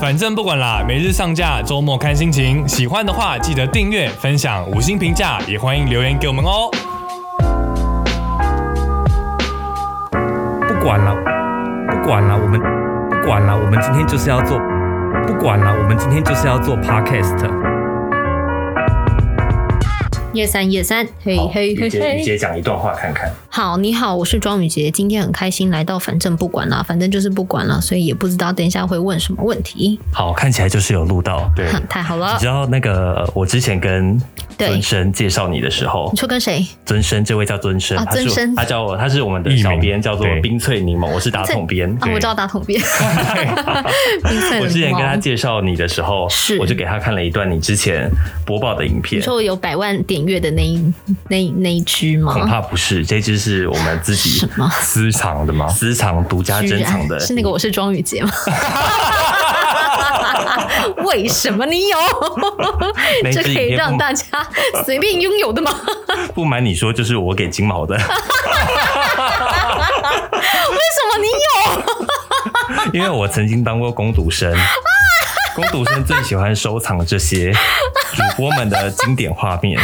反正不管啦，每日上架，周末看心情。喜欢的话记得订阅、分享、五星评价，也欢迎留言给我们哦。不管了，不管了，我们不管了，我们今天就是要做，不管了，我们今天就是要做 podcast。夜三夜三，嘿好嘿雨嘿姐，雨嘿。姐讲一段话看看。好，你好，我是庄雨杰，今天很开心来到，反正不管了，反正就是不管了，所以也不知道等一下会问什么问题。好，看起来就是有录到。对，哼太好你了知，道那个我之前跟对尊生介绍你的时候你，说跟谁？尊生这位叫尊生，啊他是尊生他叫我，他是我们的艺名小编，叫做对冰萃柠檬，我是打冰萃桶编。啊，对我知道打桶边。冰萃我之前柠檬跟他介绍你的时候，是我就给他看了一段你之前播报的影你片，说有百万点阅的那一那那一支恐吗？怕不是，这只是我们自己什么？私藏的吗？私藏、独家居珍藏的然，是那个我是庄雨杰 吗？为什么 你有？那这支可影以片让不大家随便拥有的 吗？不瞒你说，就是我给金毛的，为什么你有？因为我曾经当过工读生，工读生最喜欢收藏这些主播们的经典画面。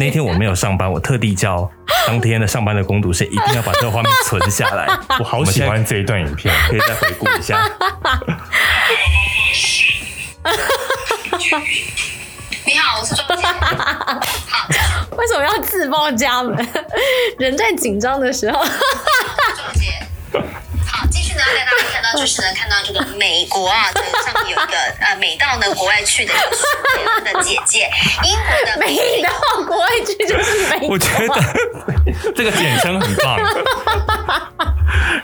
那天我没有上班，我特地叫当天的上班的工读生一定要把这个画面存下来。 我好喜欢这一段影 片。可以再回顾一下。你好，我是庄姐。为什么要自报家门？ 人在紧张的时候，庄姐，好，继续呢，带大家看到就是呢，看到这个美国啊，这个上面有一个呃美到呢国外去的一个书的姐姐，英 国的没到国外去就是 没。我觉得这个简称很棒，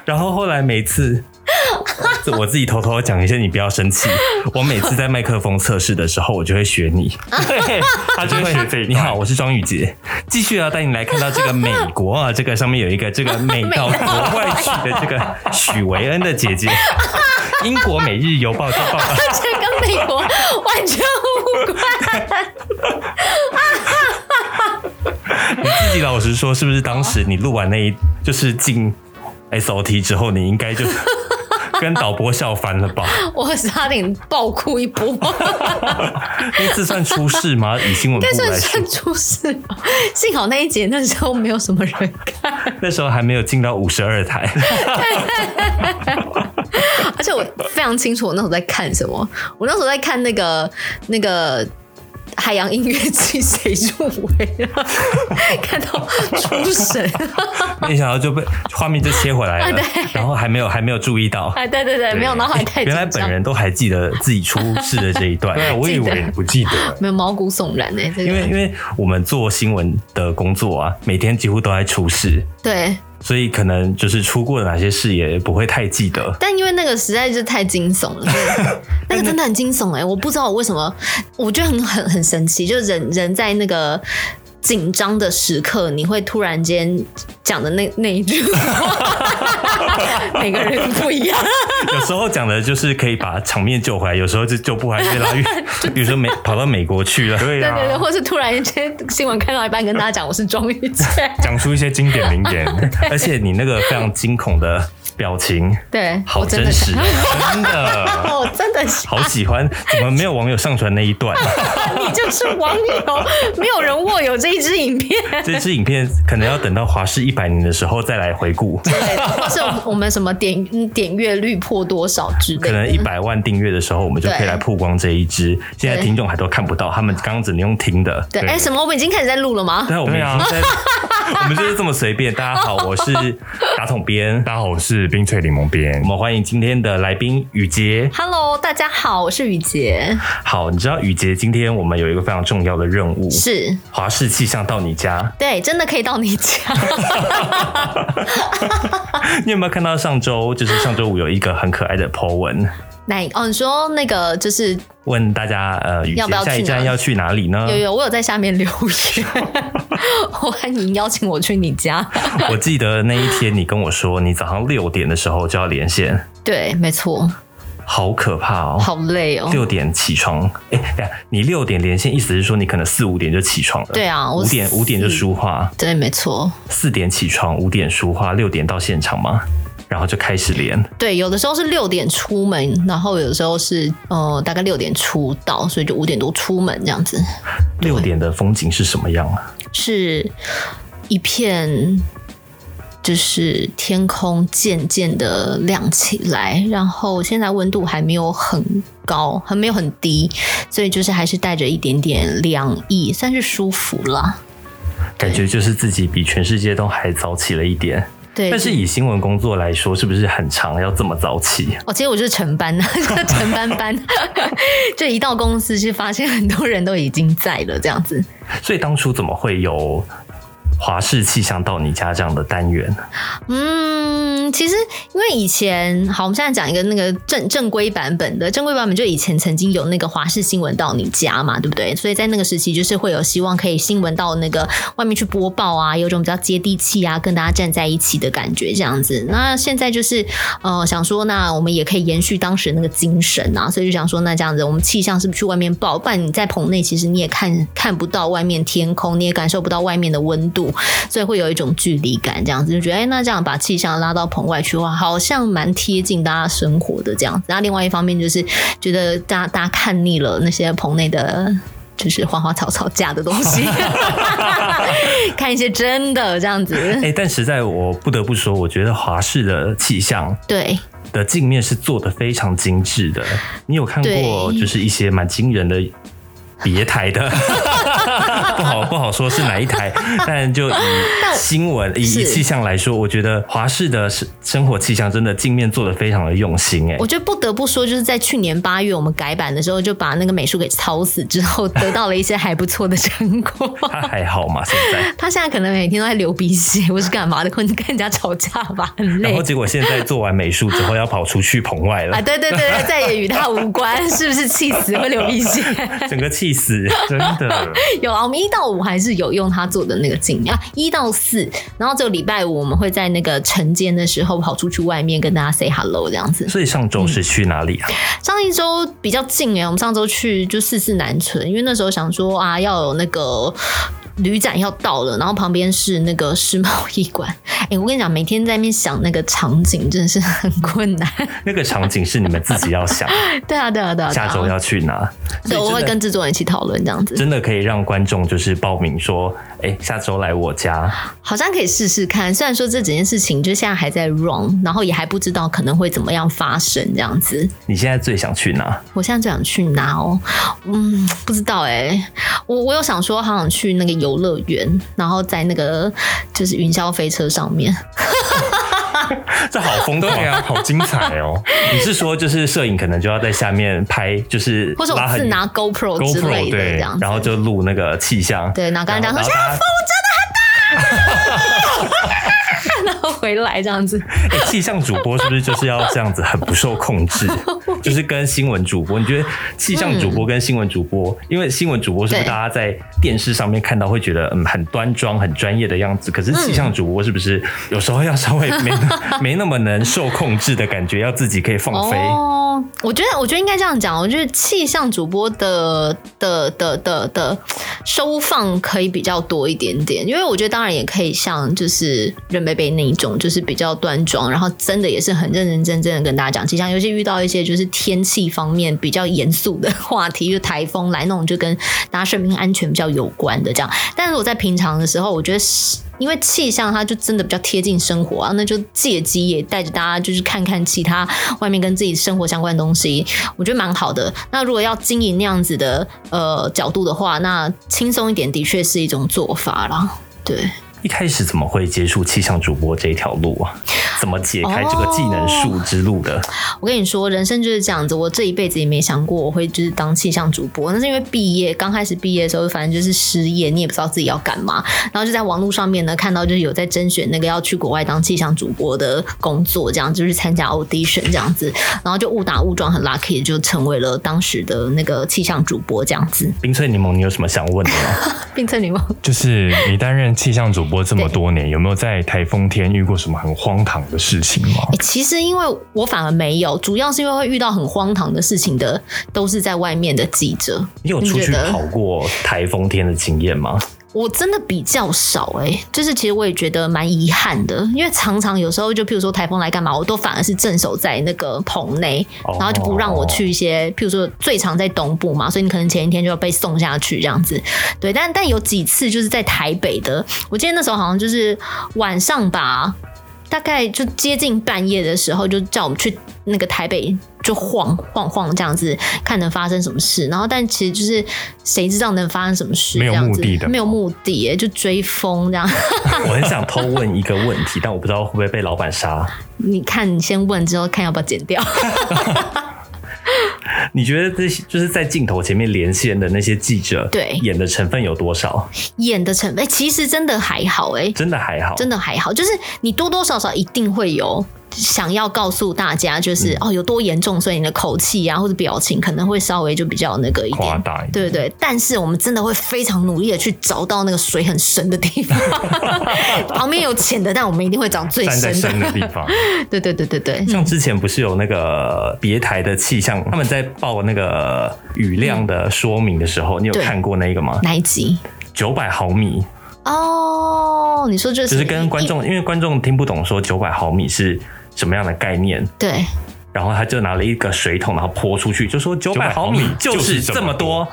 然后后来每次， 这我自己偷偷讲一下，你不要 生气。我每次在麦克风测试的时候，我就会学 你，对，他就会学这一你段。好，我是庄宇杰，继续要带你来看到这个美国啊，这个上面有一个这个美 到国外去的这个许维恩的姐姐。英国《每日邮报》就报道，这跟美国完全无关。你自己老实说，是不是当时你录完那一就是进 SOT 之后，你应该就跟导播笑翻了 吧？我差点爆哭一 波，那次算出事吗？以新闻但部来算说算，出事吧。幸好那一节那时候没有什么人看，那时候还没有进到五十 二台，而且我非常清楚我那时候在看什么。我那时候在看那个那个。海洋音乐季谁入围 了？看到出 神，没想到就被画面就切回来啊了对，然后还没有还没有注意到，哎，对对对，没有脑海太紧原张。来本人都还记得自己出事的这一段。对，我以为你不记得，没有毛骨悚然呢、这个 因为因为我们做新闻的工作啊，每天几乎都在出事，对，所以可能就是出过的哪些事也不会太 记得。但因为那个实在是太惊悚了，所以 那个真的很惊悚哎、我不知道我为什么，我觉得很很很神奇，就是人人在那个。紧张的时刻，你会突然间讲的那那一句 话，每个人不一样。有时候讲的就是可以把场面救回来，有时候就救不回来，越拉越，比如说美跑到美国去了，对对对对，啊，或是突然间新闻看到一半，跟大家讲我是庄玉杰。 讲出一些经典名言，而且你那个非常惊恐的表情，对，好我真真的是，实，啊真的。我真的是，好喜欢，怎么没有网友上传那一 段？你就是网友，没有人握有这一支影片。这支影片可能要等到华视一百年的时候再来回顾，对，或 是我们什么点嗯点阅率破多少之类可能的。一百万订阅的时候，我们就可以来曝光这一支。现在听众还都看不到，他们刚刚只能用听的。对，哎，什么？我们已经开始在录了吗？但我们已经在， 我们就是这么随便。大家好，我是打 桶编，大家好，我是冰萃柠檬边我。们欢迎今天的来宾雨杰。 Hello，大家好，我是雨杰，好，你知道雨杰今天我们有一个非常重要的任务，是华视气象到你家。对，真的可以到你家，你有没有看到上周就是上周五有一个很可爱的 po 文？那哦，你说那个就是问大家，呃，雨要不要杰去下一站哪要去哪里呢？有有，我有在下面留言， 欢迎邀请我去你家。 我记得那一天你跟我说，你早上六点的时候就要连线，对，没错，好可怕哦！好累哦。六点起床，哎、等一下你六点连线，意思是说你可能四五点就起床了？对啊我五点四五点就梳化，对，没错，四点起床，五点梳化，六点到现场吗？然后就开始连。对，有的时候是六点出门，然后有的时候是呃大概六点出道，所以就五点多出门这样子，六点的风景是什么样啊？是一片就是天空渐渐的亮起来，然后现在温度还没有很高，还没有很低，所以就是还是带着一点点凉意，算是舒服啦。感觉就是自己比全世界都还早起了一点。对，但是以新闻工作来说，是不是很长？要这么早起？哦，其实我就是晨班， 晨班班， 就一到公司就发现很多人都已经在了这样子。所以当初怎么会有华氏气象到你家这样的单元？嗯，其实因为以前，好，我们现在讲一个那个正正规版本的，正规版本就以前曾经有那个华视新闻到你家嘛，对不对？所以在那个时期，就是会有希望可以新闻到那个外面去播报啊，有种比较接地气啊，跟大家站在一起的感觉这样子。那现在就是呃，想说那我们也可以延续当时那个精神啊，所以就想说那这样子，我们气象是不是去外面报？不然你在棚内其实你也看看不到外面天空，你也感受不到外面的温度，所以会有一种距离感，这样子就觉得，哎、那这样把气象拉到棚外去的话，好像蛮贴近大家生活的这样子。那另外一方面就是觉得大家大家看腻了那些棚内的。 就是花花草草架的东西， 看一些真的这样子，哎、但实在我不得不说，我觉得华视的气象对，的镜面是做的非常精致的。你有看过对就是一些蛮惊人的别 台的， 不好不好说是哪一台，但就以新闻以是以气象来说，我觉得华视的生生活气象真的镜面做的非常的用心、哎我，觉得不得不说，就是在去年八月我们改版的时候，就把那个美术给操死之后，得到了一些还不错的成果。他还好嘛现在。他现在可能每天都在流鼻血， 或是干嘛的，可能跟人家吵架吧，很然累后结果现在做完美术之后要跑出去棚外了啊！，对对对对，再也与他无 关，是不是气死会流鼻血？ 整个气死，真的。有啊，我们一到五还是有用他做的那个镜啊，一到四，然后只有礼拜五我们会在那个晨间的时候跑出去外面跟大家 say hello 这样子。所以上周是去哪里啊？上一周比较近哎、我们上周去就四四南村，因为那时候想说啊，要有那个旅展要到了，然后旁边是那个世贸艺馆。 哎、我跟你讲，每天在那边想那个场景真的是很困难。 那个场景是你们自己要 想，对啊，对啊，对啊，对下啊周要去哪？对，啊我所以真的会跟制作人一起讨论这样子，真的可以让观众就是报名说，哎、下周来我家，好像可以试试看。虽然说这整件事情就现在还在 run，然后也还不知道可能会怎么样发生这样子。你现在最想去哪？我现在最想去哪哦？嗯，不知道哎、我我有想说，好想去那个游乐园，然后在那个就是云霄飞车上面。这好疯狂！对啊，好精彩哦！你是说就是摄影可能就要在下面拍，就是或者拉我自很拿 GoPro 之 GoPro 类的对这样，子，然后就录那个气象，对，然后跟他然讲后说然后下大家班回来这样子，哎气象主播是不是就是要这样子，很不受 控制？就是跟新闻主播，你觉得气象主播跟新闻主播，因为新闻主播是不是对大家在电视上面看到会觉得嗯很端庄、很专业的样子？可是气象主播是不是有时候要稍微没 没那么 能受控制的感觉，要自己可以放飞？哦，我觉得，我觉得应该这样讲。我觉得气象主播的的的的的收放可以比较多一点点，因为我觉得当然也可以像就是任贝贝那一种，就是比较端庄，然后真的也是很认认真真的跟大家讲气象。尤其遇到一些就是天气方面比较严肃的话题，就台风来那种，就跟大家生命安全比较有关的这样。但是我在平常的时候，我觉得是因为气象它就真的比较贴近生活啊，那就借机也带着大家就是看看其他外面跟自己生活相关的东西，我觉得蛮好的。那如果要经营那样子的呃角度的话，那轻松一点的确是一种做法啦。对，一开始怎么会接触气象主播这一条路啊？怎么解开这个技能树之路的？我跟你说，人生就是这样子。我这一辈子也没想过我会就是当气象主播，那是因为毕业刚开始毕业的时候，反正就是失业，你也不知道自己要干嘛。然后就在网络上面呢，看到就是有在甄选那个要去国外当气象主播的工作，这样就是参加 audition 这样子，然后就误打误撞很 lucky 就成为了当时的那个气象主播这样子，冰萃柠檬，你有什么想问的吗？并称你们就是你担任气象主播这么多 年，有没有在台风天遇过什么很荒唐的事情吗？ 欸其实因为我反而没有，主要是因为会遇到很荒唐的事情的，都是在外面的记者。你有出你去觉得跑过台风天的经验吗？我真的比较少哎、就是其实我也觉得蛮遗憾的，因为常常有时候就譬如说台风来干嘛，我都反而是镇守在那个棚内，哦然后就不让我去一些，譬如说最常在东部嘛，所以你可能前一天就要被送下去这样子。对，但但有几次就是在台北的，我记得那时候好像就是晚上吧，大概就接近半夜的时候，就叫我们去那个台北就晃晃晃这样子，看能发生什么事。然后，但其实就是谁知道能发生什么事，没有这样目子的的没有目的耶，就追风这样。 我很想偷问一个问题，但我不知道会不会被老板杀。你看，你先问之后看要不要剪掉。 你觉得这些就是在镜头前面连线的那些记者，对演的成分有多少？演的成分、哎其实真的还好哎、真的哦还好，真的还好，就是你多多少少一定会有想要告诉大家，嗯就是、哦有多严重，所以你的口气啊或者表情可能会稍微就比较那个一夸点。大一点。对对，但是我们真的会非常努力的去找到那个水很深的地 方，旁边有浅的，但我们一定会找最站在深深的。的地方，对对对对对，像之前不是有那个别台的气象，他们在报那个雨量的说明的时候，你有对看过那个吗？哪一集？九百毫米，哦，你说就是就是跟观众，因为观众听不懂说九百毫米是什么样的概念，对，然后他就拿了一个水桶，然后泼出去，就说九百900毫毫米米就是这么多。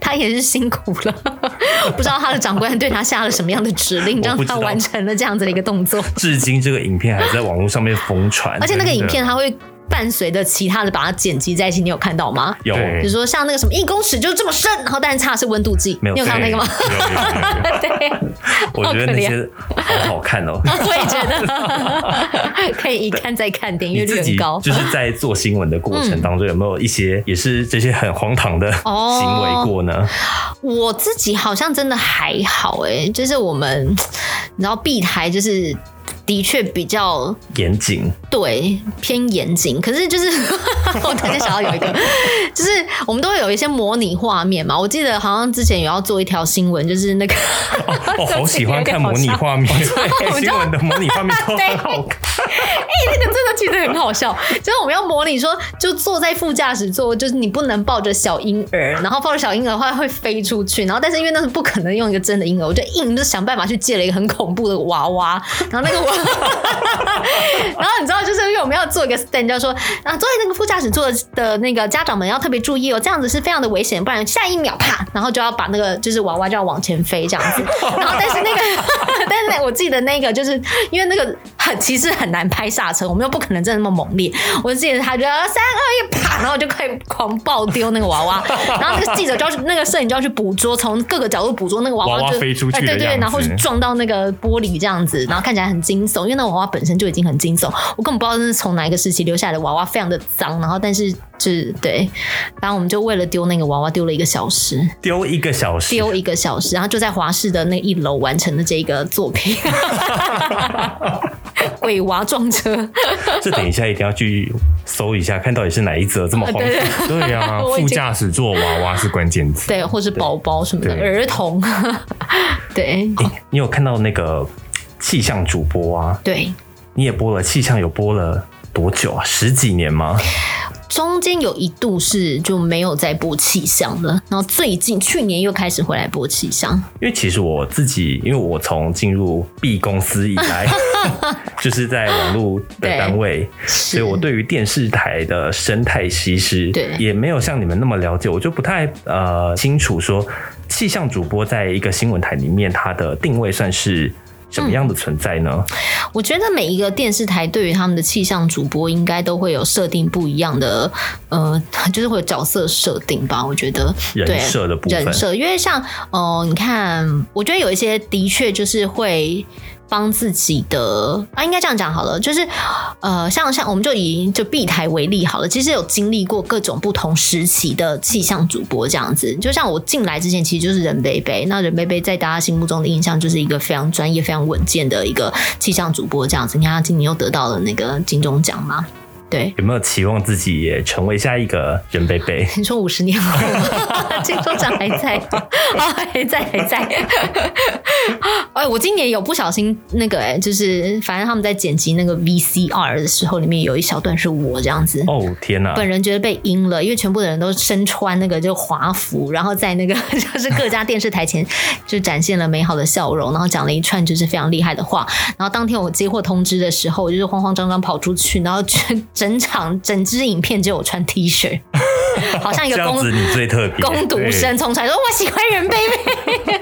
他也是辛苦了， 不知道他的长官对他下了什么样的指令，我让不知他道完成了这样子的一个动作。至今这个影片还在网络上面疯传，而且那个真的影片它会伴随着其他的把它剪辑在一起，你有看到吗？有对比如说像那个什么一公尺就这么深，然后但是差的是温度计，没有你有看到那个 吗？有有有有对，我觉得那 些好好看哦。我也觉得 可以一看再看，点阅你率自己很高。嗯就是在做新闻的过程当中，有没有一些也是这些很荒唐的哦行为过呢？我自己好像真的还好哎、就是我们，然后 B 台就是的确比较 严谨，对，偏严谨。可是就是 我突然间想到有一个，就是我们都会有一些模拟画面嘛。我记得好像之前有要做一条新闻，就是那个 哦，好喜欢看模拟画面，对新闻的模拟 画面都 很好看。那哎个真的其实很好笑，就是我们要模拟说，就坐在副驾驶座，就是你不能抱着小婴儿，然后抱着小婴儿的话会飞出去，然后但是因为那是不可能用一个真的婴儿，我就硬就想办法去借了一个很恐怖的娃娃，然后那个娃， 然后你知道就是因为我们要做一个 stand，就说啊坐在那个副驾驶座的那个家长们要特别注意哦，这样子是非常的危险，不然下一秒啪，然后就要把那个就是娃娃就要往前飞这 样子，然后但是那个， 但是那我记得那个就是因为那个很其实很难拍刹车，我们又不可能真的那么猛烈。我记得他就要三二一啪，然后我就可以狂暴丢那个 娃娃，然后那个记者就要去那个摄影就要去捕捉，从各个角度捕捉那个娃娃就娃飞出去哎对的对，样对子然后去撞到那个玻璃这样子，然后看起来很惊悚，因为那娃娃本身就已经很惊悚，我根本不知道那是从哪一个时期留下来的娃娃，非常的脏，然后但是就是对，然后我们就为了丢那个娃娃丢了一个小时。丢一个小时，丢一个小时，然后就在华视的那一楼完成了这个作品。 鬼娃撞车，这等一下一定要去搜一下，看到底是哪一则这哦么荒唐。对呀、啊，我已副经驾驶座娃娃是关键词。对，或是宝宝什么的，对儿童， 对诶你有看到那个气象主播啊？对，你也播了气象，有播了多久啊？十几年吗？中间有一度是就没有再播气象了，然后最近去年又开始回来播气象，因为其实我自己，因为我从进入 B 公司以 来，就是在网络的单位，所所以我对于电视台的生态其实对也没有像你们那么了解，我就不太呃清楚说气象主播在一个新闻台里面，它的定位算是什么样的存在呢？我觉得每一个电视台对于他们的气象主播应该都会有设定不一样的，呃，就是会有角色设定吧。我觉得人对啊设的部分人设，因为像哦、呃你看，我觉得有一些的确就是会。帮自己的啊，应该这样讲好了，就是呃，像像我们就以就 B 台为例好了，其实有经历过各种不同时期的气象主播这样子。就像我进来之前，其实就是任贝贝，那任贝贝在大家心目中的印象就是一个非常专业、非常稳健的一个气象主播这样子。你看他今年又得到了那个金钟奖嘛，对，有没有期望自己也成为下一个任贝 贝？听说五十年后，金钟奖还在吗？啊，还在，还在。 哎，我今年有不小心那个、哎，就是反正他们在剪辑那个 VCR 的时候，里面有一小段是我这样子。哦天哪！本人觉得被阴了，因为全部的人都身穿那个就华服，然后在那个 就是各家电视台前就展现了美好的笑容，然后讲了一串就是非常厉害的话。然后当天我接获通知的时候，我就是慌慌张张跑出去，然后全整场整支影片只有我穿 T 恤，好像一 这个样公子你最特别。 攻读生冲出来说：“我喜欢人贝贝。”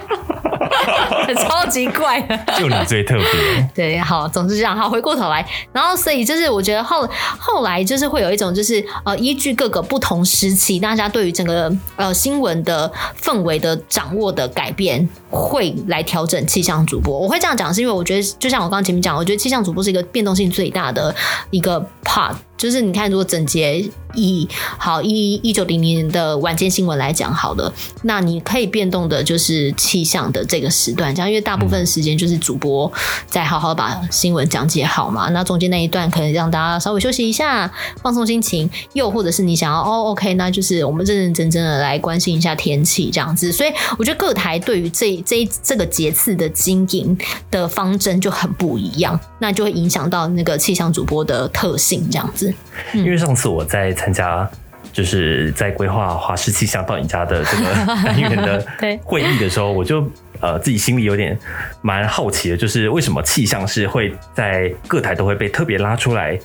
超级怪的。 对，就你最特别。对，好，总之这样。好，回过头来，然后所以就是我觉得后后来就是会有一种就是呃，依据各个不同时期，大家对于整个呃新闻的氛围的掌握的改变，会来调整气象主播。我会这样讲，是因为我觉得就像我刚刚前面讲，我觉得气象主播是一个变动性最大的一个 part。就是你看，如果整节以好一一九零零年的晚间新闻来讲好了，那你可以变动的就是气象的这个时段，这样因为大部分时间就是主播在好好把新闻讲解好嘛。那中间那一段可能让大家稍微休息一下，放松心情，又或者是你想要哦，OK，那就是我们认认真真的来关心一下天气这样子。所以我觉得各台对于这这一这个节次的经营的方针就很不一样，那就会影响到那个气象主播的特性这样子。因为上次我在参加，就是在规划华氏气象到你家的这个单元的对会议的时候，我就呃自己心里有点蛮好奇的，就是为什么气象是会在各台都会被特别拉出来。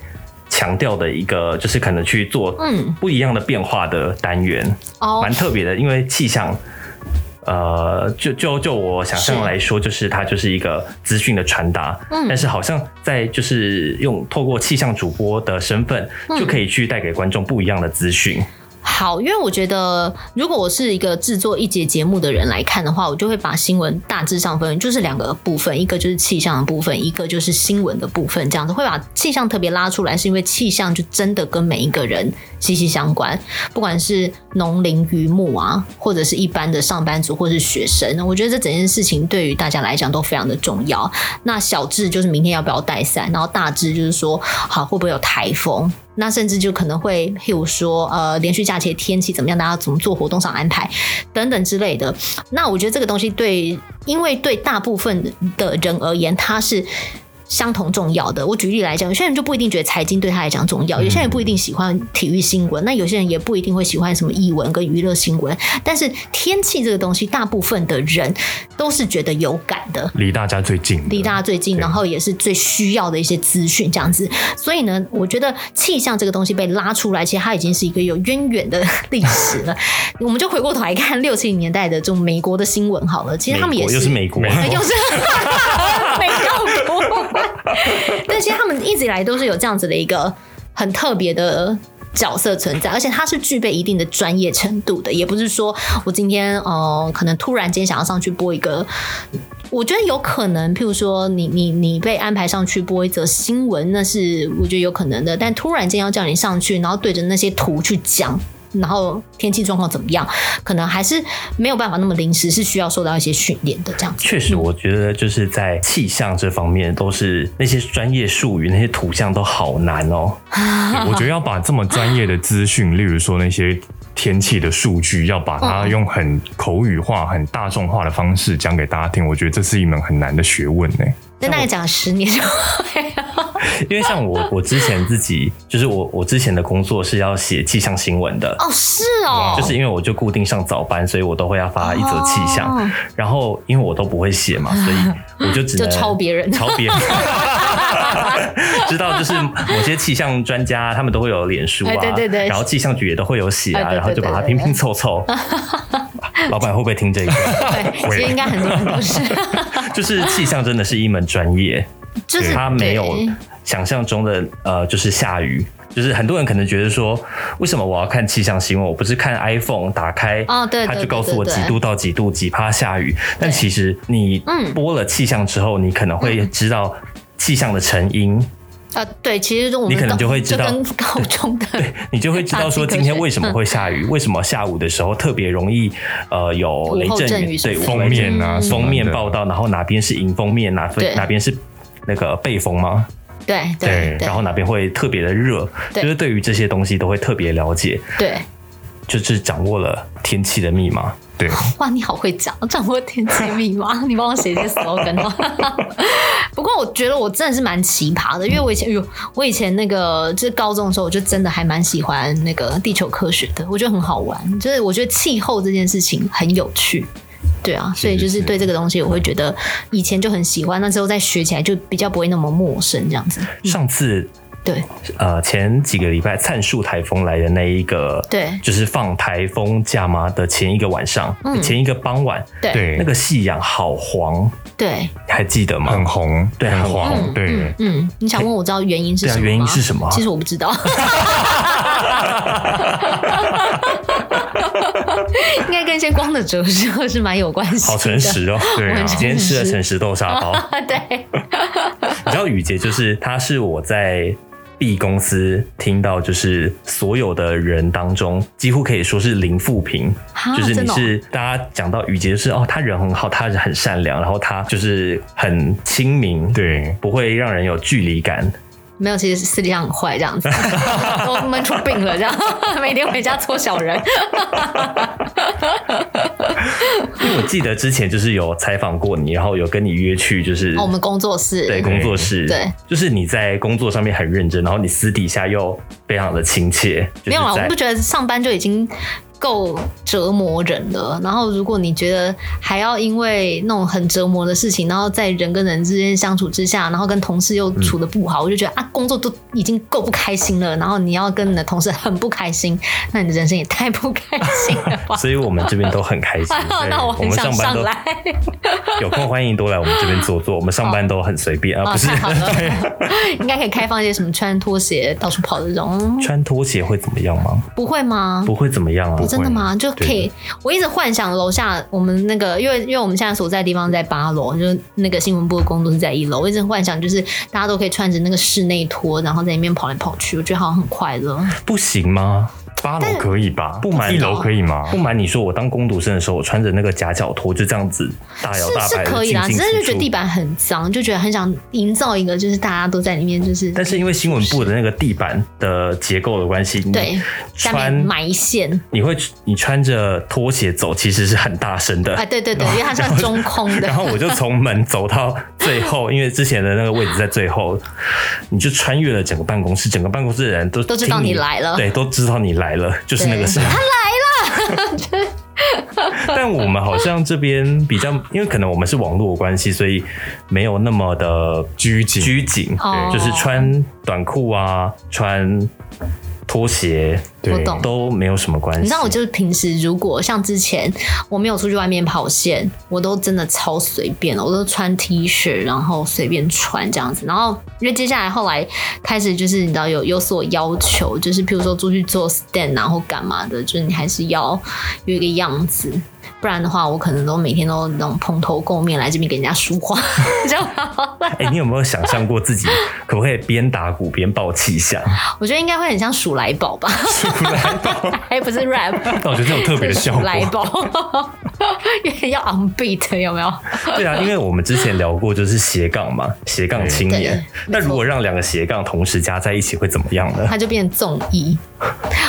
强调的一个就是可能去做嗯不一样的变化的单元，哦蛮、特别的。因为气象，呃，就就就我想象是来说，就是它就是一个资讯的传达，嗯但是好像在就是用透过气象主播的身份，嗯就可以去带给观众不一样的资讯。好，因为我觉得，如果我是一个制作一节节目的人来看的话，我就会把新闻大致上分，就是两个部分，一个就是气象的部分，一个就是新闻的部分，这样子会把气象特别拉出来，是因为气象就真的跟每一个人息息相关，不管是农林渔牧啊，或者是一般的上班族或是学生，我觉得这整件事情对于大家来讲都非常的重要。那小至就是明天要不要带伞，然后大至就是说，好会不会有台风，那甚至就可能会，譬如说，呃，连续假期的天气怎么样，大家怎么做活动上安排等等之类的。那我觉得这个东西对，因为对大部分的人而言，它是。相同重要的，我举例来讲，有些人就不一定觉得财经对他来讲重要，有些人不一定喜欢体育新闻，那有些人也不一定会喜欢什么译文跟娱乐新闻。但是天气这个东西，大部分的人都是觉得有感的，离大家最近的，离大家最近，然后也是最需要的一些资讯这样子。所以呢，我觉得气象这个东西被拉出来，其实它已经是一个有渊源的历史 了。我们就回过头来看六七零年代的这种美国的新闻好了，其实他们美也国是又是美国，美又是 没有国，但其实他们一直以来都是有这样子的一个很特别的。角色存在，而且他是具备一定的专业程度的，也不是说我今天呃，可能突然间想要上去播一个，我觉得有可能，譬如说你你你被安排上去播一则新闻，那是我觉得有可能的，但突然间要叫你上去，然后对着那些图去讲，然后天气状况怎么样，可能还是没有办法那么临时，是需要受到一些训练的这样子。确实，我觉得就是在气象这方面，都是那些专业术语、那些图像都好 难哦。我觉得要把这么专业的资讯，例如说那些天气的数据，要把它用很口语化、很大众化的方式讲给大家听，我觉得这是一门很难的学问 呢、跟大概讲十年就会了。因为像我，我之前自己就是我，我之前的工作是要写气象新闻的。哦，是 哦，就是因为我就固定上早班，所以我都会要发一则气象。哦然后因为我都不会写嘛，所以我就只 能就抄别人抄 别人。知道就是某些气象专家，他们都会有脸书啊，哎对对对然后气象局也都会有写啊，哎对对然后就把它对对拼拼 凑凑。老板会不会听这个？ 对，所以应该很多人都是，就是气象真的是一门专业，就是它没有对想象中的呃，就是下雨。就是很多人可能觉得说，为什么我要看气象新闻？我不是看 iPhone 打开，哦对对它就告诉我对对几度到几度几趴下雨。但其实你嗯播了气象之后，你可能会知道气象的成因，呃，对，其实就我们你可能就会知道就跟高中 的你就会知道说今天为什么会下雨，为什么下午的时候特别容易呃有雷午后阵阵雨雨，什么对的封面啊，封面报道，道，然后哪边是迎风面，哪对边哪边是那个背风吗？对对对，然后哪边会特别的热，对就是对于这些东西都会特别了解，对，就是掌握了天气的密码。对，哇，你好会讲，掌握天气密 码，你帮我写一些 slogan 哦。 不过我觉得我真的是蛮奇葩的，因为我以前，有我以前那个就是高中的时候，我就真的还蛮喜欢那个地球科学的，我觉得很好玩，就是我觉得气候这件事情很有趣。对啊，所以就是对这个东西，我会觉得以前就很喜欢，那时候再学起来就比较不会那么陌生，这样子。上次对，呃前几个礼拜灿树台风来的那一个，对就是放台风假嘛的前一个晚上，嗯前一个傍晚，对，对，那个夕阳好黄，对，还记得吗很？红，哦对很很红黄，对嗯，嗯，你想问我知道原因是对啊什么吗？原因是什么其实我不 知道，应该跟一些光的折射是蛮有关系的。好诚，实哦， 对啊我很诚今天吃了诚实豆沙包。 对，你知道雨杰就是他是我在 B 公司听到就是所有的人当中，几乎可以说是零负评，哈 就是真你的哦是、大家讲到雨杰就是哦，他人很好，他人很善良，然后他就是很亲民，，对，不会让人有距离感。没有，其实私底下很坏这样 子，都闷出病了这样，每天回家搓小人。因为我记得之前就是有采访过你，然后有跟你约去就是哦我们工作室对工作室，对，就是你在工作上面很认真，然后你私底下又非常的亲切，就是没有啦，啊我在不觉得上班就已经够折磨人了。然后，如果你觉得还要因为那种很折磨的事情，然后在人跟人之间相处之下，然后跟同事又处的嗯不好，我就觉得啊，工作都已经够不开心了，然后你要跟你的同事很不开心，那你的人生也太不开心了 吧？。所以我们这边都很开心 那我对很们想上班上都来，有空欢迎多来我们这边坐坐，我们上班都很随便啊，啊， 不是太好了，应该可以开放一些什么穿拖鞋到处跑的这种，嗯穿拖鞋会怎么样吗？不会吗？不会怎么样啊，哦真的吗？就可以，我一直幻想楼下我们那个，因为因为我们现在所在地方在八楼，就是那个新闻部的工作是在一楼，我一直幻想就是大家都可以穿着那个室内拖，然后在里面跑来跑去，我觉得好像很快乐。不行吗？八楼可以吧？不瞒一楼可以吗不？瞒你说，我当工读生的时候，我穿着那个夹脚拖就这样子大摇大是是摆可的以啊进啦，只是进就觉出得地出。板很脏，就觉得很想营造一个就是大家都在里面就是，但是因为新闻部的那个地板的结构的关系，你对下面穿埋线你会你穿着拖鞋走，其实是很大声的啊，。对对对，因为它像中空的 然，后我就从门走到最后，因为之前的那个位置在最后，你就穿越了整个办公室，整个办公室的人都都知道听你来了对，都知道你来了，就是那个时候。他 来了。但我们好像这边比较，因为可能我们是网络的关系，所以没有那么的拘谨拘谨，哦就是穿短裤啊，穿拖鞋，我懂都没有什么关系。你知道，我就是平时如果像之前我没有出去外面跑线，我都真的超随便的，我都穿 T 恤，然后随便穿这样子。然后因为接下来后来开始就是你知道有有所要求，就是譬如说出去做 stand 然后干嘛的，就是你还是要有一个样子。不然的话，我可能都每天都那种蓬头垢面来这边给人家说 话，你知道吗？哎、你有没有想象过自己可不可以边打鼓边报气象？我觉得应该会很像鼠来宝吧， 鼠来宝， 还不是 rap，但我觉得这种特别的效果。来宝，因为要 on beat 有没有？对啊，因为我们之前聊过就是斜杠嘛，斜杠青年嗯对。那如果让两个斜杠同时加在一起会怎么样呢？它就变综艺，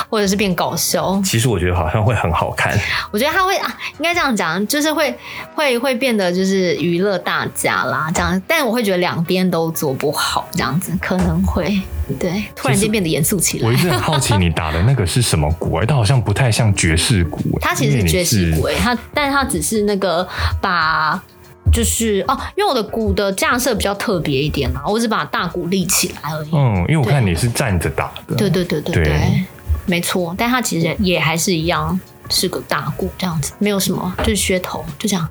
或者是变搞笑。其实我觉得好像会很好看，我觉得它会啊，应该这样讲，就是会会会变得就是娱乐大家啦，这样。但我会觉得两边都做不好，这样子可能会对突然间变得严肃起我来一。直很好奇你打的那个是什么鼓哎、它好像不太像爵士鼓、哎它其实因为是你爵士鼓诶、它但它只是那个把。就是哦，因为我的鼓的架设比较特别一点嘛，我只把大鼓立起来而已。嗯，因为我看你是站着打的，对对对对对对，没错。但它其实也还是一样是个大鼓这样子，没有什么，就是噱头，就这样。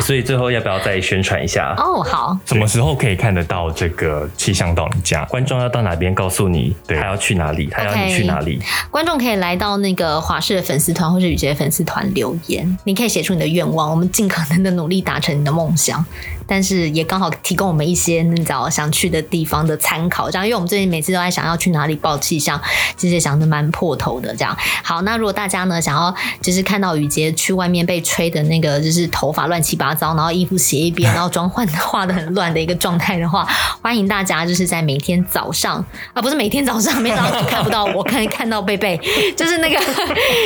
所以最后要不要再宣传一下？哦，好，什么时候可以看得到这个气象到你家？观众要到哪边告诉你，对他要去哪里，他要你 OK 去哪里。观众可以来到那个华视的粉丝团或是雨杰的粉丝团留言，你可以写出你的愿望，我们尽可能的努力达成你的梦想。但是也刚好提供我们一些你知道想去的地方的参考，这样，因为我们最近每次都在想要去哪里报气象，其实也想的蛮破头的这样。好，那如果大家呢想要就是看到雨杰去外面被吹的那个就是头发乱七八糟，然后衣服斜一边，然后妆换画的很乱的一个状态的话，欢迎大家就是在每天早上啊，不是每天早上，每天早上看不到我，可能看到贝贝， 就是那个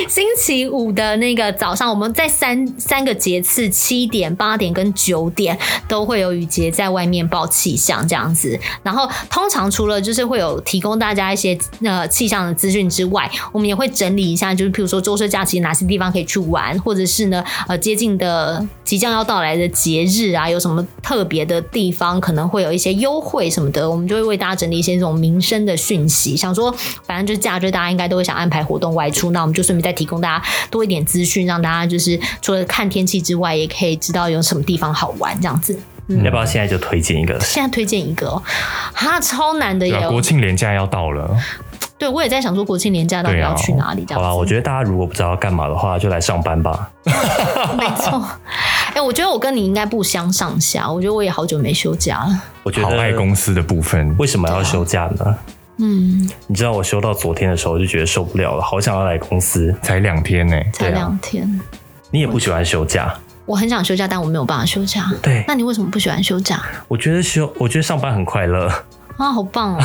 星期五的那个早上，我们在三三个节次，七点、八点跟九点都会有雨杰在外面报气象这样子。然后通常除了就是会有提供大家一些呃气象的资讯之外，我们也会整理一下，就是譬如说周休假期哪些地方可以去玩，或者是呢呃接近的即将要到来的节日啊，有什么特别的地方可能会有一些优惠什么的，我们就会为大家整理一些这种民生的讯息，想说反正就是假日大家应该都会想安排活动外出，那我们就顺便再提供大家多一点资讯，让大家就是除了看天气之外，也可以知道有什么地方好玩这样子。要不要现在就推荐一个？现在推荐一个哦，哈，超难的耶对！啊，国庆连假要到了，对我也在想说，国庆连假到底对啊要去哪里？这样好子，啦，我觉得大家如果不知道要干嘛的话，就来上班吧。没错。哎、我觉得我跟你应该不相上下。我觉得我也好久没休假了。我觉好爱得公司的部分。为什么要休假呢？嗯，你知道我休到昨天的时候，我就觉得受不了了，好想要来公司。才两天呢、才对啊两天，你也不喜欢休假，我很想休假，但我没有办法休假。对那你为什么不喜欢休假我觉得休，我觉得上班很快乐。啊？好棒哦！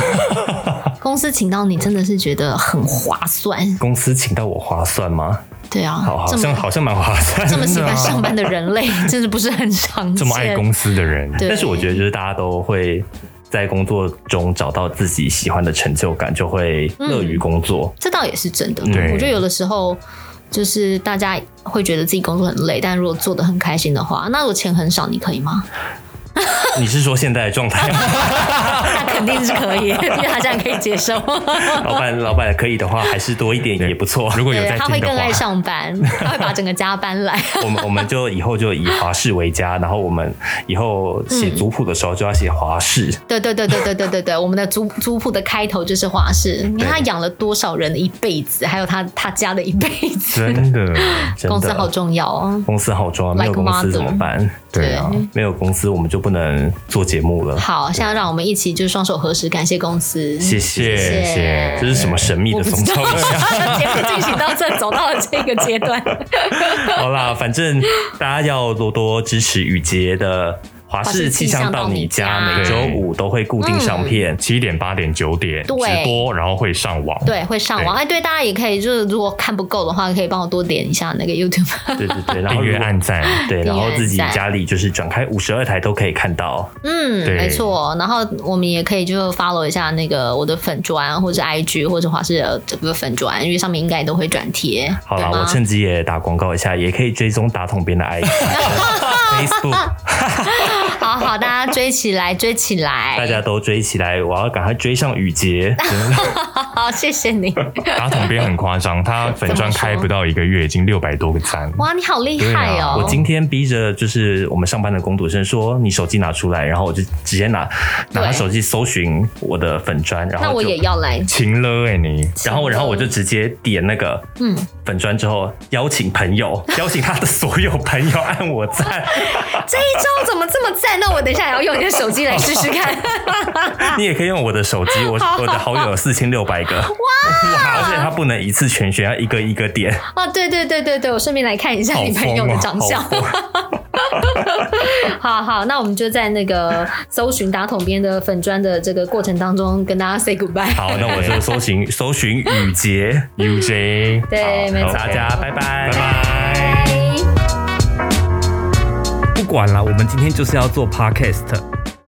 公司请到你真的是觉得很划算。公司请到我划算吗？对啊，好，好这像么好像蛮划算的。啊这么喜欢上班的人类，真的不是很常 见。这么爱公司的人，对，但是我觉得就是大家都会在工作中找到自己喜欢的成就感，就会乐于工作。这倒也是真的。对我觉得有的时候就是大家会觉得自己工作很累，但如果做的很开心的话，那如果钱很少，你可以吗？ 嗯你是说现在的状态吗？那肯定是可以，因为他这样可以接受。老板，老板可以的话，还是多一点也不错。如果有对在，他听会的更爱话，上班，他会把整个家搬来。 我们我们就以后就以华氏为家，然后我们以后写嗯族谱的时候就要写华氏。对对对对对对对对，我们的族族谱的开头就是华氏，你看他养了多少人的一辈子，还有他他家的一辈子，真的，真公司好的，重要哦。公司好重要，没有 Like 公司怎么 mother 办？对啊，没有公司我们就不能做节目了。好，现在让我们一起就是双手合十，感谢公司。 谢谢谢。谢谢，这是什么神秘我的不宗知教啊道，仪式？节目进行到这，走到了这个阶段。 好啦，反正大家要多多支持雨杰的华氏气象到你家，华视气象到你家每周五都会固定嗯上片。七点、八点、九点对直播，然后会上网，对，会上网。哎，对，大家也可以，就是如果看不够的话，可以帮我多点一下那个 YouTube。对对对，然订后如哎阅、果按赞，对，订阅然后自己按赞家里就是转开五十二台都可以看到。嗯，对没错。然后我们也可以就 follow 一下那个我的粉砖，或者 IG，或者华视的这个粉砖，因为上面应该都会转贴。好啦，对我吗趁机也打广告一下，也可以追踪打桶边 的 IG、Facebook，好好，大家追起来，追起大来。家都追起来，我要赶快追上雨 杰。好，谢谢你。打桶边很夸张，他粉怎么砖说开不到一个月，已经六百多个赞。哇，你好厉对害啊哦！我今天逼着就是我们上班的工读生说，你手机拿出来，然后我就直接拿拿他对手机搜寻我的粉砖，然后那我就也要来。情了哎、你，然后，然后我就直接点那个嗯，粉砖之后，邀请朋友，邀请他的所有朋友按我赞。这一招怎么这么赞？那我等一下也要用你的手机来试试看。 你也可以用我的手机，我我的好友有四千六百个， 哇！而且他不能一次全选，要一个一个点。 哦，对对对对对，我顺便来看一下好你朋友的长相。疯哦好疯 好好，那我们就在那个搜寻打桶边的粉砖的这个过程当中，跟大家 say goodbye。好，那 我就搜寻搜寻雨杰， UJ，对，没好错，大家拜拜，拜拜。不管啦，我们今天就是要做 podcast。